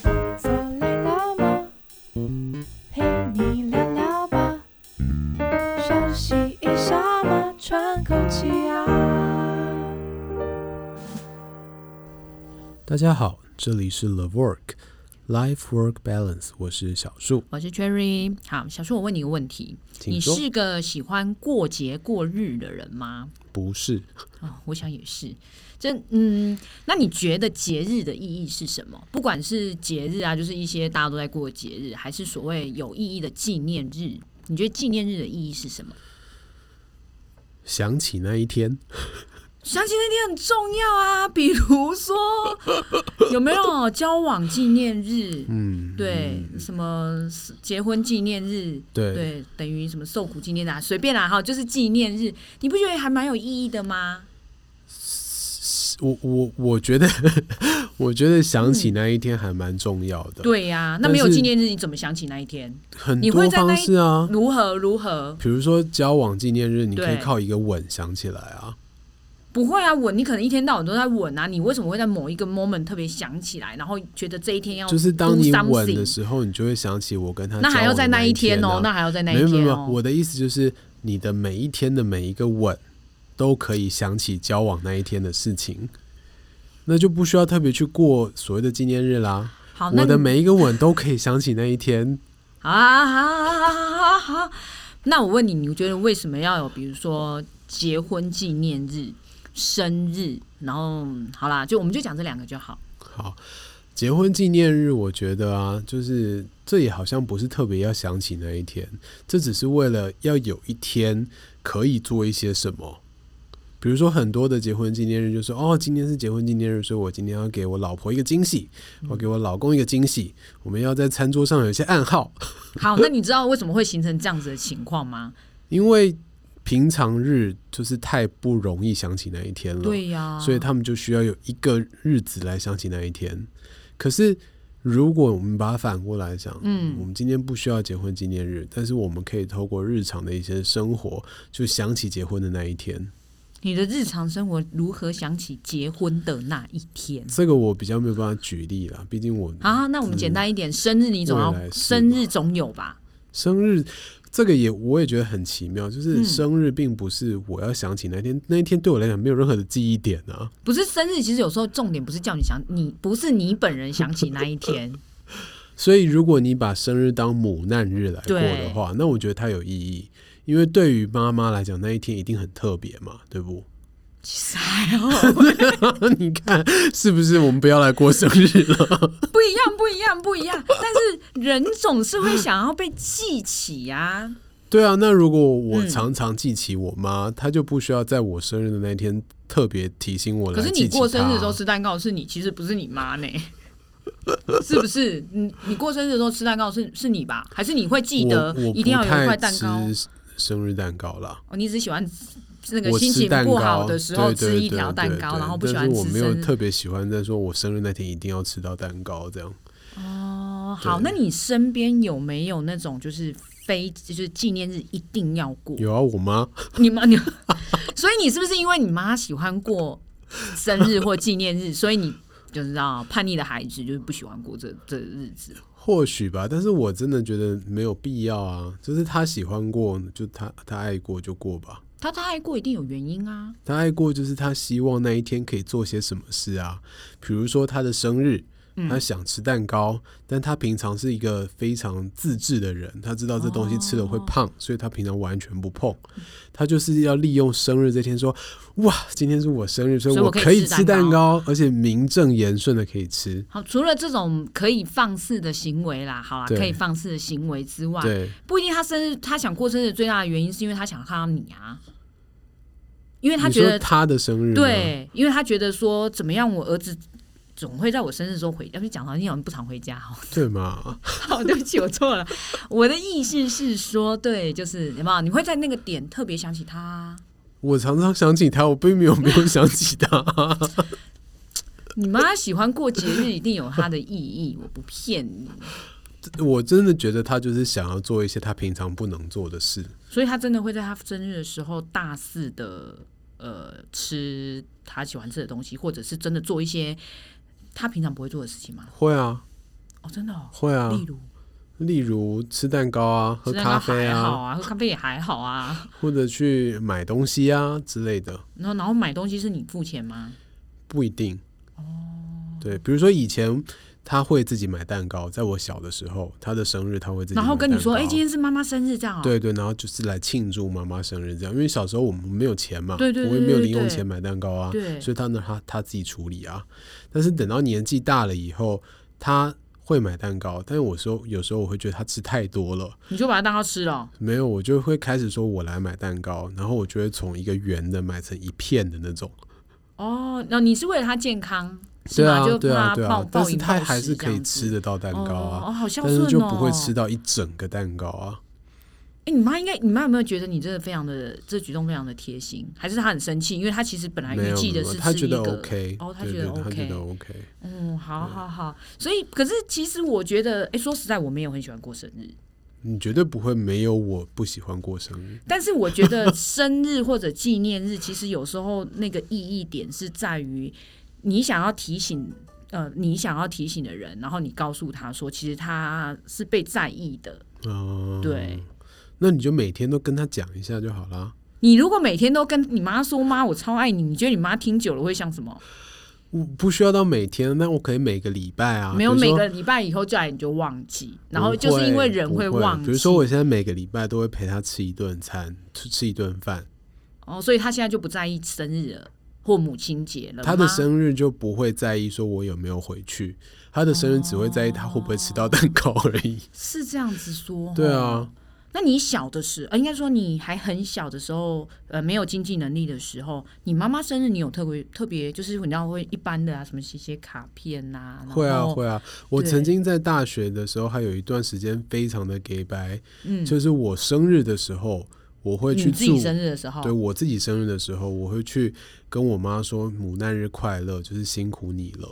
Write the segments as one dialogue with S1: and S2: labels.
S1: 坐累了吗？陪你聊聊吧，休息一下嘛，喘口气啊。
S2: 大家好，这里是 The Work Life Work Balance，我是小树，
S3: 我是 Cherry。好，小树，我问你一个问题：
S2: 请
S3: 你
S2: 说。
S3: 是个喜欢过节过日的人吗？
S2: 不是
S3: 哦，我想也是。这嗯，那你觉得节日的意义是什么？不管是节日啊，就是一些大家都在过的节日，还是所谓有意义的纪念日，你觉得纪念日的意义是什么？
S2: 想起那一天，
S3: 想起那天很重要啊，比 如说有没有交往纪念日？
S2: 嗯，
S3: 对，什么结婚纪念日？
S2: 对
S3: 对，等于什么受苦纪念日啊，随便啦、哈，就是纪念日，你不觉得还蛮有意义的吗？
S2: 我我我觉得， 我觉得想起那一天还蛮重要的。，
S3: 对呀、那
S2: 但
S3: 没有
S2: 是
S3: 纪念日，你怎么想起那一天？
S2: 很
S3: 你
S2: 多
S3: 会在那
S2: 方
S3: 一
S2: 式啊，
S3: 如何如何？
S2: 比如说交往纪念日，你可以
S3: 对
S2: 靠一个吻想起来啊。
S3: 不会啊，吻你可能一天到晚都在吻啊，你为什么会在某一个 moment 特别想起来，然后觉得这一天要
S2: 就是当你
S3: do something
S2: 吻的时候，你就会想起我跟他交
S3: 那
S2: 往的
S3: 还要在那
S2: 一
S3: 一天哦，
S2: 啊
S3: 那还要在那
S2: 没
S3: 一
S2: 有没有
S3: 天
S2: 没有，
S3: 哦。
S2: 我的意思就是你的每一天的每一个吻，都可以想起交往那一天的事情，那就不需要特别去过所谓的纪念日啦。
S3: 好，那
S2: 我的
S3: 你
S2: 每一个吻都可以想起那一天，
S3: 啊，好好好好好。那我问你，你觉得为什么要有，比如说结婚纪念日、生日，然后好啦，就我们就讲这两个就好。
S2: 好。结婚纪念日，我觉得啊，就是这也好像不是特别要想起那一天，这只是为了要有一天可以做一些什么。比如说很多的结婚纪念日，就说哦，今天是结婚纪念日，所以我今天要给我老婆一个惊喜，我给我老公一个惊喜，我们要在餐桌上有一些暗号，
S3: 好，那你知道为什么会形成这样子的情况吗？
S2: 因为平常日就是太不容易想起那一天了。
S3: 对呀、
S2: 所以他们就需要有一个日子来想起那一天。可是，如果我们把它反过来想，
S3: 嗯
S2: 我们今天不需要结婚纪念日，但是我们可以透过日常的一些生活，就想起结婚的那一天。
S3: 你的日常生活如何想起结婚的那一天？
S2: 这个我比较没有办法举例啦，毕竟我
S3: 好，那我们简单一点，生日你总要
S2: 未来是吧
S3: 生日总有吧？
S2: 生日这个也我也觉得很奇妙，就是
S3: 嗯
S2: 生日并不是我要想起那一天，那一天对我来讲没有任何的记忆点啊。
S3: 不是生日，其实有时候重点不是叫你想，你不是你本人想起那一天，
S2: 所以，如果你把生日当母难日来过的
S3: 对
S2: 话，那我觉得它有意义，因为对于妈妈来讲，那一天一定很特别嘛，对不？
S3: 其实还好。
S2: 你看是不是？我们不要来过生日 了。
S3: 不一样，不一样，不一样。但是人总是会想要被记起呀、
S2: 对啊，那如果我
S3: 嗯
S2: 常常记起我妈，她就不需要在我生日的那一天特别提醒我来
S3: 可是
S2: 记
S3: 你
S2: 起
S3: 过生日
S2: 她
S3: 的时候吃蛋糕的是你，其实不是你妈呢，是不是？你你过生日的时候吃蛋糕是是你吧？还是你会记得
S2: 我我
S3: 一定要有一块蛋
S2: 不
S3: 糕
S2: 太？吃生日蛋糕啦。
S3: 哦，你只喜欢那个
S2: 我
S3: 心
S2: 吃
S3: 情
S2: 蛋
S3: 不
S2: 糕
S3: 好的时候
S2: 对对
S3: 吃一
S2: 对
S3: 条蛋
S2: 对
S3: 糕，
S2: 对
S3: 然后不
S2: 但
S3: 喜
S2: 是
S3: 欢
S2: 我
S3: 吃
S2: 没有
S3: 生日。
S2: 特别喜欢在说我生日那天一定要吃到蛋糕这样。
S3: 哦，好，
S2: 对
S3: 那你身边有没有那种就是非就是纪念日一定要过？
S2: 有啊，我妈
S3: 你妈，你 所以你是不是因为你妈喜欢过生日或纪念日， 所以你就知道叛逆的孩子就是不喜欢过这这日子？
S2: 或许吧，但是我真的觉得没有必要啊。就是他喜欢过，就他他爱过就过吧。
S3: 他他爱过一定有原因啊，
S2: 他爱过就是他希望那一天可以做些什么事啊，比如说他的生日，
S3: 嗯
S2: 他想吃蛋糕，但他平常是一个非常自制的人，他知道这东西吃了
S3: 哦
S2: 会胖，所以他平常完全不碰。他就是要利用生日这天说，哇，今天是我生日，所以
S3: 所以
S2: 我
S3: 我可以
S2: 可以
S3: 吃
S2: 吃
S3: 蛋
S2: 蛋糕，而且名正言顺的可以吃。
S3: 好，除了这种可以放肆的行为啦，好啦，
S2: 对
S3: 可以放肆的行为之外，
S2: 对，
S3: 不一定他生日他想过生日最大的原因是因为他想看到你啊，因为他
S2: 你
S3: 觉
S2: 说
S3: 得
S2: 他的生日吗，
S3: 对，因为他觉得说怎么样，我儿子总会在我生日的时候回，要是讲好像你好像不常回家 哦。
S2: 对嘛？
S3: 好，对不起，我错了。我的意思是说，对，就是有没有？你会在那个点特别想起他啊、
S2: 我常常想起他，我并没有没有想起他。
S3: 你妈喜欢过节日，一定有它的意义，我不骗你。
S2: 我真的觉得他就是想要做一些他平常不能做的事。
S3: 所以她真的会在她生日的时候大肆的呃吃她喜欢吃的东西，或者是真的做一些她平常不会做的事情吗？
S2: 会啊，
S3: 哦，真的哦。
S2: 会啊，
S3: 例如，
S2: 例如吃蛋糕啊，喝
S3: 吃蛋
S2: 咖
S3: 糕
S2: 啡
S3: 还好
S2: 啊，
S3: 啊，喝咖啡也还好啊。
S2: 或者去买东西啊之类的，
S3: 然后，然后买东西是你付钱吗？
S2: 不一定。哦，对，比如说以前他会自己买蛋糕，在我小的时候，他的生日他会自己买
S3: 然后跟你说，
S2: 蛋
S3: 哎、
S2: 糕
S3: 今天是妈妈生日，这样哦。
S2: 对对，然后就是来庆祝妈妈生日这样，因为小时候我们没有钱嘛，
S3: 对对对
S2: 我也没有
S3: 对
S2: 零用
S3: 对
S2: 钱买蛋糕啊，
S3: 对
S2: 所以他呢他他自己处理啊。但是等到年纪大了以后，他会买蛋糕，但是我说有时候我会觉得他吃太多了，
S3: 你就把它当糕吃了哦。
S2: 没有我就会开始说我来买蛋糕，然后我就会从一个圆的买成一片的那种，
S3: 哦，那你是为了他健康，是
S2: 对
S3: 吗？
S2: 啊
S3: 就
S2: 对
S3: 怕
S2: 啊
S3: 他
S2: 对
S3: 暴
S2: 啊，但
S3: 暴
S2: 是
S3: 饮
S2: 他
S3: 暴
S2: 还
S3: 食
S2: 是
S3: 这
S2: 可以
S3: 样子
S2: 吃得到蛋糕啊，
S3: 哦，哦好孝
S2: 但
S3: 顺
S2: 是
S3: 哦。
S2: 就不会吃到一整个蛋糕啊。
S3: 哎、你妈应该，你妈有没有觉得你这个非常的这举动非常的贴心？还是她很生气？因为她其实本来
S2: 没
S3: 预
S2: 有
S3: 计
S2: 没
S3: 的
S2: 有，
S3: 是
S2: 他
S3: 吃
S2: 觉
S3: 一
S2: 得
S3: 个
S2: OK，
S3: 哦，她
S2: 对
S3: 觉得
S2: 对对他觉
S3: OK，
S2: 得 OK，
S3: 嗯，好好好。所以，可是其实我觉得，哎、说实在，我没有很喜欢过生日，
S2: 你绝对不会没有我不喜欢过生日。
S3: 但是我觉得生日或者纪念日，其实有时候那个意义点是在于你想要提醒。呃，你想要提醒的人，然后你告诉他说，其实他是被在意的。
S2: 哦，
S3: 对，
S2: 那你就每天都跟他讲一下就好啦。
S3: 你如果每天都跟你妈说“妈，我超爱你”，你觉得你妈听久了会像什么？
S2: 我不需要到每天，那我可以每个礼拜啊，
S3: 没有
S2: 比如
S3: 每
S2: 说
S3: 个礼拜以后叫你就忘记，然后
S2: 不
S3: 就是因为人
S2: 不会
S3: 忘记，
S2: 比如说我现在每个礼拜都会陪他吃一顿餐，吃吃一顿饭，
S3: 哦，所以他现在就不在意生日了或母亲节了吗。
S2: 他的生日就不会在意说我有没有回去，他的生日只会在意他会不会吃到蛋糕而已。
S3: 是这样子说， 哦
S2: 对啊。
S3: 那你小的时候，呃，应该说你还很小的时候，呃，没有经济能力的时候，你妈妈生日你有特别特别，就是你知道会一般的啊，什么写写卡片呐、然
S2: 会啊
S3: 后
S2: 会啊，我
S3: 对
S2: 曾经在大学的时候，还有一段时间非常的 gay 白，
S3: 嗯，
S2: 就是我生日的时候，我会去
S3: 你自己
S2: 住
S3: 生日的时候，
S2: 对我自己生日的时候，我会去跟我妈说“母难日快乐”，就是辛苦你了，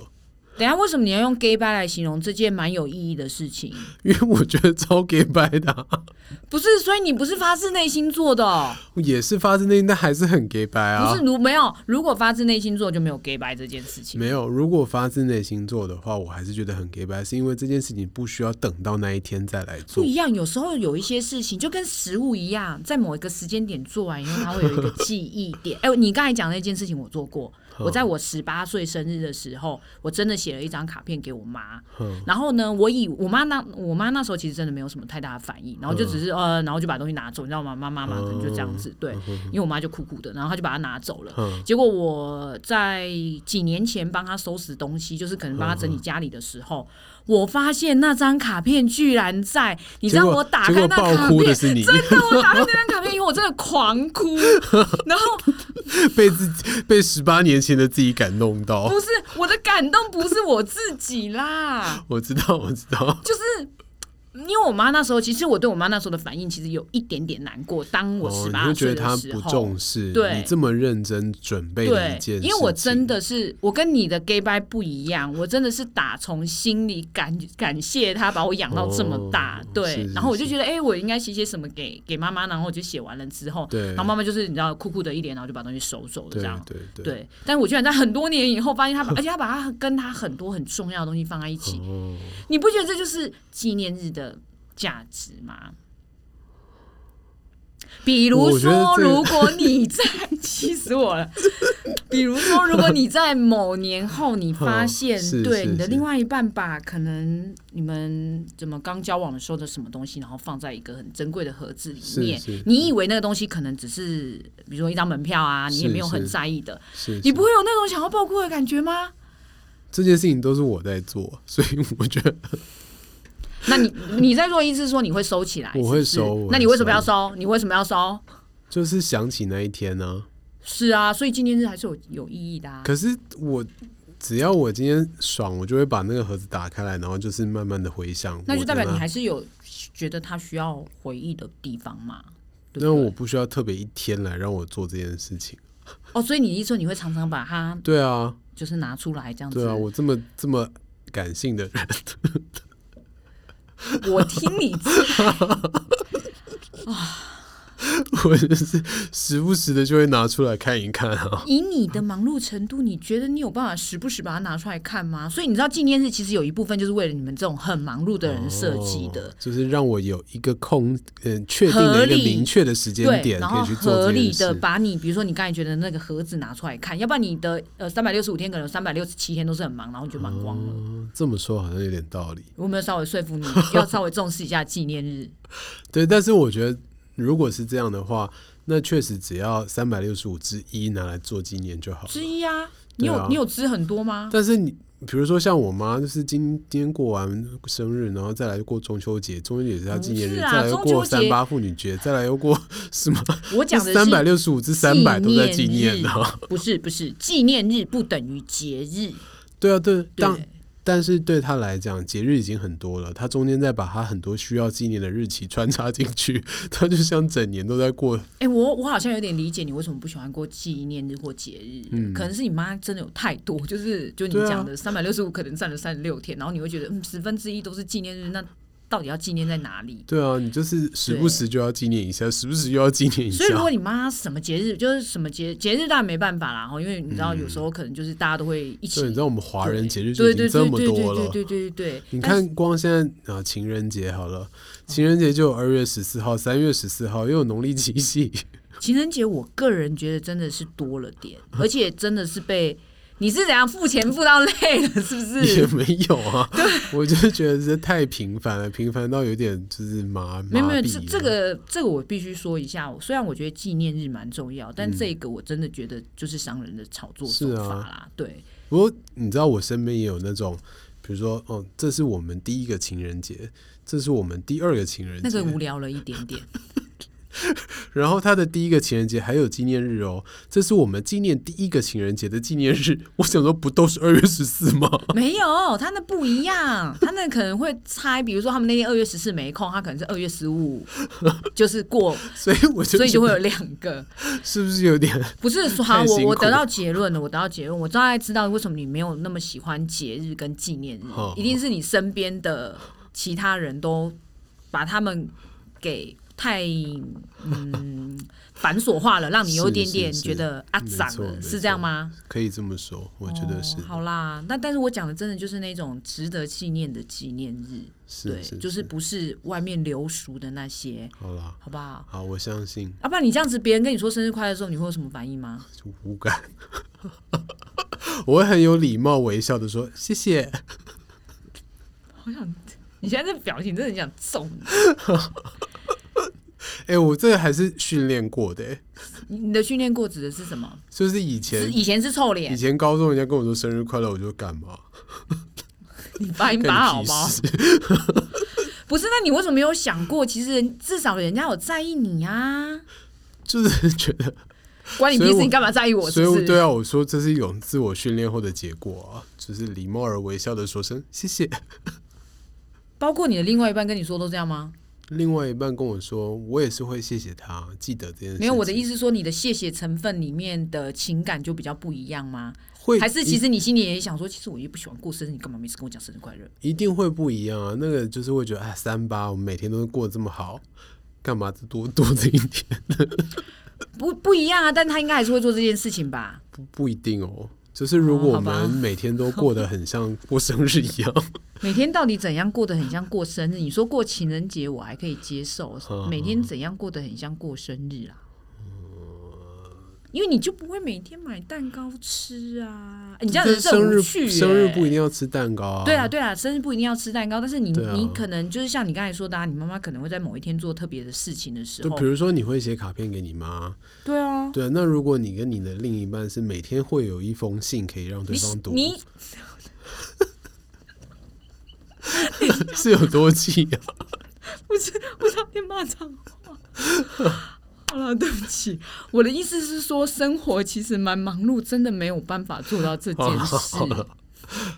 S3: 等一下为什么你要用 gay bye 来形容这件蛮有意义的事情？
S2: 因为我觉得超给白的啊、
S3: 不是，所以你不是发自内心做的、哦。
S2: 也是发自内心，但还是很给白啊
S3: 不是。如没有，如果发自内心做就没有 gay 白这件事情。
S2: 没有，如果发自内心做的话，我还是觉得很给白，是因为这件事情不需要等到那一天再来
S3: 不
S2: 做。
S3: 一样，有时候有一些事情就跟食物一样，在某一个时间点做完以后，它会有一个记忆点。 哎、你刚才讲那件事情我做过，我在我十八岁生日的时候，我真的写了一张卡片给我妈。
S2: 哼
S3: 然后呢，我以我妈那我妈那时候其实真的没有什么太大的反应，然后就只是呃，然后就把东西拿走，你知道吗？妈妈妈可能就这样子，对，因为我妈就哭哭的，然后她就把它拿走了。
S2: 哼，
S3: 结果我在几年前帮他收拾东西，就是可能帮他整理家里的时候，我发现那张卡片居然在。你知
S2: 结
S3: 道
S2: 果
S3: 我打
S2: 结
S3: 开
S2: 果
S3: 那卡
S2: 爆哭的
S3: 片，
S2: 是你，
S3: 对我打开那张卡片以后，我真的狂哭。然后
S2: 被自己被十八年前的自己感动到
S3: 不。是我的感动，不是我自己啦，
S2: 我知道，我知道，
S3: 就是。因为我妈那时候，其实我对我妈那时候的反应，其实有一点点难过。当我
S2: 哦
S3: 十，
S2: 你
S3: 八
S2: 会觉得
S3: 岁的
S2: 他
S3: 时
S2: 不
S3: 候，
S2: 重视
S3: 对
S2: 你这么认真准备的
S3: 对
S2: 一件事，情，
S3: 因为我真的是，我跟你的 gay bye 不一样，我真的是打从心里感感谢他把我养到这么大，
S2: 哦
S3: 对。
S2: 是是
S3: 然后我就是觉得，哎、我应该写些什么给给妈妈，然后我就写完了之后，
S2: 对，
S3: 然后妈妈就是你知道酷酷的一脸，然后就把东西收走了这
S2: 对
S3: 样。
S2: 对对
S3: 对，但我居然在很多年以后发现他把，而且他把他跟他很多很重要的东西放在一起，
S2: 哦，
S3: 你不觉得这就是纪念日的价值吗？比如
S2: 我觉得
S3: 说，
S2: 这个
S3: 如果你在 气死我了，比如说，如果你在某年后，你发现、
S2: 嗯 是
S3: 对
S2: 是
S3: 你的
S2: 是
S3: 另外一半把可能你们怎么刚交往的时候的什么东西，然后放在一个很珍贵的盒子里
S2: 是
S3: 面，
S2: 是
S3: 你以为那个东西可能只是比如说一张门票啊，你也
S2: 是
S3: 没有很
S2: 是
S3: 在意的，
S2: 是
S3: 你不
S2: 是
S3: 会有那种想要爆哭的感觉吗？
S2: 这件事情都是我在做，所以我觉得
S3: 那你你再做一次说你会收起来，
S2: 我会
S3: 是不是
S2: 收我会
S3: 那你为什么要收？你为什么要收？
S2: 就是想起那一天呢、
S3: 是啊，所以纪念日还是有有意义的啊。
S2: 可是我只要我今天爽，我就会把那个盒子打开来，然后就是慢慢的回想。
S3: 那就代表你还
S2: 是
S3: 是有觉得他需要回忆的地方嘛？对
S2: 那
S3: 不
S2: 我
S3: 对？
S2: 不需要特别一天来让我做这件事情。
S3: 哦，所以你意思说你会常常把它
S2: 对啊，
S3: 就是拿出来这样子。
S2: 对啊，我这么这么感性的人，
S3: 我听你啊，
S2: 我就是时不时的就会拿出来看一看啊。
S3: 以你的忙碌程度，你觉得你有办法时不时把它拿出来看吗？所以你知道纪念日其实有一部分就是为了你们这种很忙碌的人设计的
S2: 哦，就是让我有一个空，嗯，确定的一个
S3: 合理
S2: 明确的时间
S3: 对，
S2: 点
S3: 然
S2: 可
S3: 后
S2: 以去做这
S3: 合理
S2: 件
S3: 的
S2: 事。
S3: 把你比如说你刚才觉得那个盒子拿出来看，要不然你的呃三百六十五天可能三百六十七天都是很忙，然后你就忙光了。
S2: 嗯，这么说好像有点道理。
S3: 我没有稍微说 服你，要稍微重视一下纪念日。
S2: 对，但是我觉得如果是这样的话，那确实只要三百六十五之一拿来做纪念就好了。
S3: 之一啊，你有、
S2: 对啊
S3: 你有织很多吗？
S2: 但是你比如说像我妈，就是今今天过完生日，然后再来过中秋节，中秋节是她纪念
S3: 不
S2: 日，
S3: 是啊
S2: 再来又过
S3: 中秋节
S2: 三八妇女节，再来又 过什么
S3: 我讲的
S2: 三百
S3: 是
S2: 六十五至三百都在纪念
S3: 日
S2: 啊。
S3: 不是不是纪念日不等于节日，
S2: 对啊，对，当
S3: 对
S2: 但是对他来讲，节日已经很多了，他中间再把他很多需要纪念的日期穿插进去， 他就像整年都在过。
S3: 哎、我我好像有点理解你为什么不喜欢过纪念日或节日，可能是你妈真的有太多，就是就你
S2: 嗯对啊
S3: 讲的三百六十五可能占了三十六天，然后你会觉得嗯十分之一都是纪念日，那到底要纪念在哪里？
S2: 对啊，你就是时不时就要纪念一下，时不时又要纪念一下
S3: 所以，。如果你妈什么节日，就是什么节节日，当然没办法啦，哈，因为你知道，有时候可能就是大家都会一
S2: 嗯
S3: 起
S2: 所以你知道我们华人节日就
S3: 对
S2: 已经
S3: 对
S2: 这
S3: 对
S2: 么
S3: 对
S2: 多
S3: 对
S2: 了。
S3: 对对对对。
S2: 你
S3: 但是，
S2: 看，光现在啊，情人节好了，情人节就有二月十四号、三月十四号，又有农历七夕，
S3: 情人节，我个人觉得真的是多了点，而且真的是被你是怎样付钱付到累了，是不
S2: 也
S3: 是？
S2: 没有 啊。我就是觉得这太频繁了，频繁到有点就是麻
S3: 没有没
S2: 麻
S3: 有，
S2: 痹
S3: 这这个这个我必须说一下。虽然我觉得纪念日蛮重要，但这个我真的觉得就是商人的炒作手
S2: 嗯是啊
S3: 法啦。对，
S2: 不过你知道，我身边也有那种，比如说，哦，这是我们第一个情人节，这是我们第二个情人节，
S3: 那个无聊了一点点。
S2: 然后他的第一个情人节还有纪念日哦，这是我们纪念第一个情人节的纪念日。我想说，不都是二月十四吗？
S3: 没有，他那不一样，他那可能会猜，比如说他们那天二月十四没空，他可能是二月十五， 就是 过，
S2: 所以我就
S3: 所以
S2: 觉
S3: 就会有
S2: 得
S3: 两个。
S2: 是不是有点
S3: 不是 说好，
S2: 太辛
S3: 我
S2: 苦
S3: 我得到结论了，我得到结论，我大概知道为什么你没有那么喜欢节日跟纪念日
S2: 哦，
S3: 一定是你身边的其他人都把他们给太嗯繁琐化了，让你有一点 点
S2: 是是是
S3: 觉得啊
S2: 没
S3: 长
S2: 错
S3: 了，
S2: 没
S3: 是
S2: 错
S3: 这样吗？
S2: 可以这么说？我觉得是，
S3: 哦好啦，那但是我讲的真的就是那种值得纪念的纪念日，
S2: 是
S3: 对，
S2: 是
S3: 就是不是外面流俗的那些，
S2: 好啦，
S3: 好不好？啊
S2: 好，我相信
S3: 要、不然你这样子，别人跟你说生日快乐的时候，你会有什么反应吗？
S2: 就无感。 我会很有礼貌微笑的说谢谢，
S3: 好想， 你现在这表情真的很想揍你。
S2: 哎、我这个还是训练过的、欸，
S3: 你你的训练过指的是什么？
S2: 就是以前
S3: 是以前是臭脸
S2: 以，前高中人家跟我说生日快乐，我就干嘛？
S3: 你发音
S2: 干
S3: 发好
S2: 你屁
S3: 吗？
S2: 事
S3: 不是，那你为什么没有想过？其实人至少人家有在意你 啊，
S2: 就是觉得，
S3: 关你屁
S2: 所以
S3: 事，
S2: 我
S3: 你干嘛在意我？
S2: 所以
S3: 是不
S2: 我
S3: 是？
S2: 对啊，我说这是一种自我训练后的结果啊，就是礼貌而微笑的说声谢谢。
S3: 包括你的另外一半跟你说都这样吗？
S2: 另外一半跟我说，我也是会谢谢他，记得这件事。
S3: 没有，我的意
S2: 思
S3: 思是说，你的谢谢成分里面的情感就比较不一样吗？
S2: 会
S3: 还是其实你心里也想说，其实我也不喜欢过生日，你干嘛每次跟我讲生日快乐？
S2: 一一定会不一样啊。那个就是会觉得，哎，三八，我们每天都是过得这么好，干嘛多多这一天？
S3: 不不一样啊，但他应该还是会做这件事情吧？
S2: 不不一定哦。就是如果
S3: 哦
S2: 我
S3: 好吧
S2: 们每天都过得很像过生日一样，
S3: 每天到底怎样过得很像过生日？你说过情人节我还可以接受，
S2: 嗯
S3: 每天怎样过得很像过生日啊？因为你就不会每天买蛋糕吃啊！ 你这样
S2: 就
S3: 子
S2: 是
S3: 很
S2: 生
S3: 无
S2: 日
S3: 趣耶
S2: 生日不一定要吃蛋糕啊。
S3: 对啊，对啊，生日不一定要吃蛋糕，但是你、
S2: 对啊
S3: 你可能就是像你刚才说的、啊，你妈妈可能会在某一天做特别的事情的时
S2: 就
S3: 候
S2: 比，如说你会写卡片给你妈，
S3: 对啊，
S2: 对啊，那如果你跟你的另一半是每天会有一封信可以让对
S3: 你
S2: 方读，
S3: 你
S2: 是有多气啊？
S3: 不是 我差点骂脏话。好了，对不起，我的意思是说，生活其实蛮忙碌，真的没有办法做到这件事。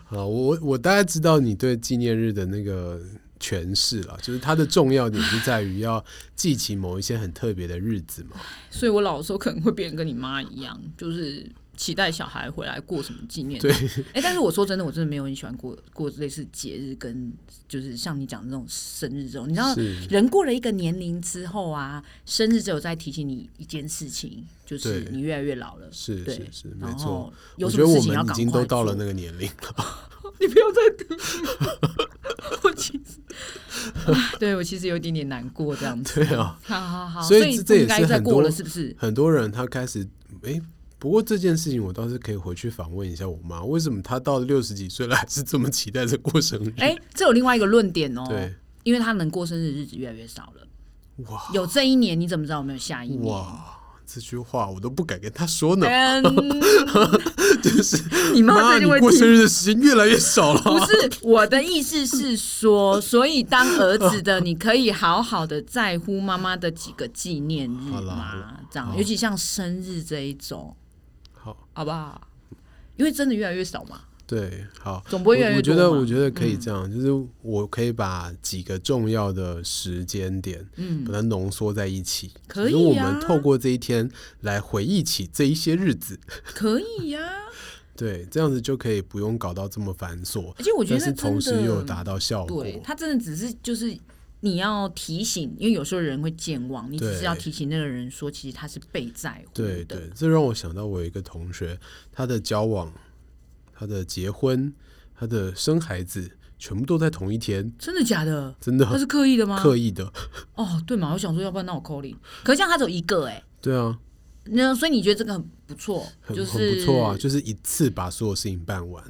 S2: 好，我我大概知道你对纪念日的那个诠释了，就是它的重要点是在于要记起某一些很特别的日子嘛。
S3: 所以我老的时候可能会变得跟你妈一样，就是期待小孩回来过什么纪念日。哎、但是我说真的，我真的没有很喜欢过过类似节日跟就是像你讲的那种生日这种。你知道，
S2: 是
S3: 人过了一个年龄之后啊，生日只有在提醒你一件事情，就是
S2: 对
S3: 你越来越老了。
S2: 是
S3: 对
S2: 是是，没
S3: 然
S2: 错
S3: 后。有
S2: 我
S3: 什
S2: 觉得
S3: 么
S2: 我
S3: 事情要
S2: 们已
S3: 赶
S2: 经都
S3: 快
S2: 到了
S3: 做
S2: 那个年龄 了，
S3: 你不要再 提了，我其 实，唉对我其实有一点点难过这样子。
S2: 对 啊，
S3: 好好 好，
S2: 所以这
S3: 以
S2: 这
S3: 不
S2: 也
S3: 应该
S2: 是
S3: 再
S2: 很
S3: 过了，
S2: 多
S3: 是不是？
S2: 很多人他开始诶，不过这件事情我倒是可以回去访问一下我妈，为什么她到六十几岁了还是这么期待着过生日？
S3: 哎、这有另外一个论点哦。
S2: 对，
S3: 因为他能过生日的日子越来越少了。
S2: 哇
S3: 有这一年，你怎么知道有没有下一年？
S2: 哇，这句话我都不敢跟她说呢，
S3: 嗯，就是 你妈
S2: 妈，
S3: 这
S2: 你
S3: 就会
S2: 过生
S3: 听。
S2: 日的时间越来越少了。
S3: 不是我的意思是说，所以当儿子的，你可以好好的在乎妈妈的几个纪念日
S2: 好啦好啦
S3: 嘛，这样，
S2: 好
S3: 尤其像生日这一种，
S2: 好，
S3: 好不好？因为真的越来越少嘛。
S2: 对，好，
S3: 总不会越来
S2: 我
S3: 越
S2: 我觉
S3: 多嗯
S2: 得，
S3: 嘛
S2: 我觉得可以这样，就是我可以把几个重要的时间点，
S3: 嗯
S2: 把它浓缩在一起。
S3: 可以
S2: 就是我们
S3: 啊
S2: 透过这一天来回忆起这一些日子，
S3: 可以呀、
S2: 对，这样子就可以不用搞到这么繁琐，
S3: 而且我觉
S2: 但
S3: 得
S2: 是
S3: 真的
S2: 同时又有达到效果。
S3: 对他真的只是就是你要提醒，因为有时候人会健忘，你只
S2: 对
S3: 是要提醒那个人说，其实他是被在乎的。
S2: 对对，这让我想到我有一个同学，他的交往、他的结婚、他的生孩子，全部都在同一天，
S3: 真的假的？
S2: 真的
S3: 他是刻意的吗？
S2: 啊刻意的。
S3: 哦，对嘛？我想说，要不然那我扣零。可是像他只有一个哎、
S2: 对啊，
S3: 那所以你觉得这个很不错，
S2: 很、
S3: 就是
S2: 很不错啊，就是一次把所有事情办完。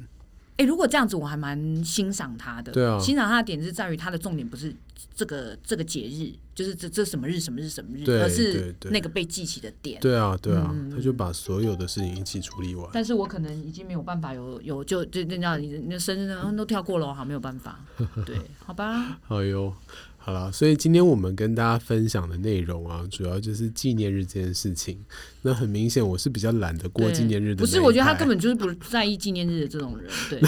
S3: 哎、如果这样子，我还蛮欣赏他的。
S2: 对啊
S3: 欣赏他的点是在于他的重点不是这个这个节日，就是这这什么日什么日什么日，
S2: 对
S3: 而
S2: 对
S3: 是
S2: 对
S3: 那个被记起的点。
S2: 对啊，对啊，
S3: 嗯
S2: 他就把所有的事情一起处理完。
S3: 但是我可能已经没有办法有有就就那叫你那生日嗯都跳过了哦，好没有 办法，对，好吧，
S2: 哎呦，好啦，所以今天我们跟大家分享的内容啊，主要就是纪念日这件事情。那很明显，我是比较懒得过
S3: 对
S2: 纪念日的。
S3: 不是，我觉得他根。本就是不在意纪念日的这 种人，对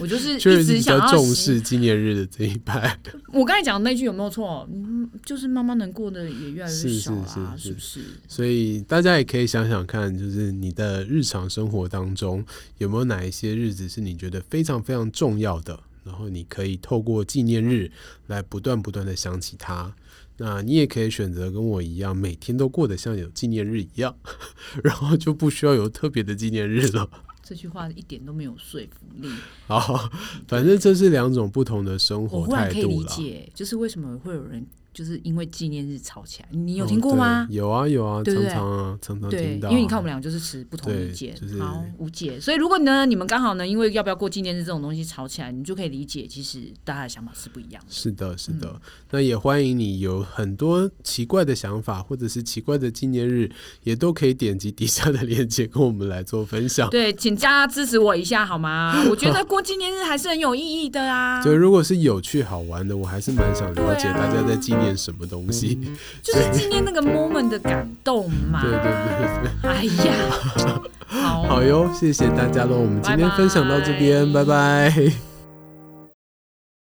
S3: 我就是
S2: 确实是
S3: 一直
S2: 比
S3: 想
S2: 较
S3: 要
S2: 重
S3: 习。
S2: 视纪念日的这一派，
S3: 我刚才讲的那句有没有错？嗯，就是妈妈能过的也越来
S2: 是
S3: 越
S2: 是
S3: 少啦，
S2: 是
S3: 是不是？
S2: 所以大家也可以想想看，就是你的日常生活当中有没有哪一些日子是你觉得非常非常重要的，然后你可以透过纪念日来不断不断的想起它。那你也可以选择跟我一样，每天都过得像有纪念日一样， 然后就不需要有特别的纪念日了。
S3: 这句话一点都没有说服力，
S2: 好，反正这是两种不同的生
S3: 我
S2: 活
S3: 忽然
S2: 态
S3: 可以
S2: 度
S3: 理
S2: 啦。
S3: 解，就是为什么会有人就是因为纪念日吵起来，你
S2: 你
S3: 有听过吗？
S2: 嗯有啊有啊，
S3: 对不
S2: 常
S3: 对
S2: 常啊常常
S3: 对，
S2: 哦听到啊。
S3: 因为你看我们俩就是持不同意
S2: 对
S3: 见，
S2: 就是
S3: 好无解。所以如果呢，你们刚好呢，因为要不要过纪念日这种东西吵起来，你就可以理解，其实大家的想法是不一样的。
S2: 是的，是的。
S3: 嗯
S2: 那也欢迎你有很多奇怪的想法，或者是奇怪的纪念日，也都可以点击底下的链接跟我们来做分享。
S3: 对，请大家支持我一下好吗？我觉得过纪念日还是很有意义的啊，
S2: 就如果是有趣好玩的，我还是蛮想了解
S3: 对啊
S2: 大家在纪念什么东西。
S3: 嗯就是纪念那个 moment 的感动嘛。
S2: 对对对对，
S3: 哎 呀，好
S2: 好哟，谢谢大家喽！我们今天分享到这边，
S3: 拜拜
S2: 拜拜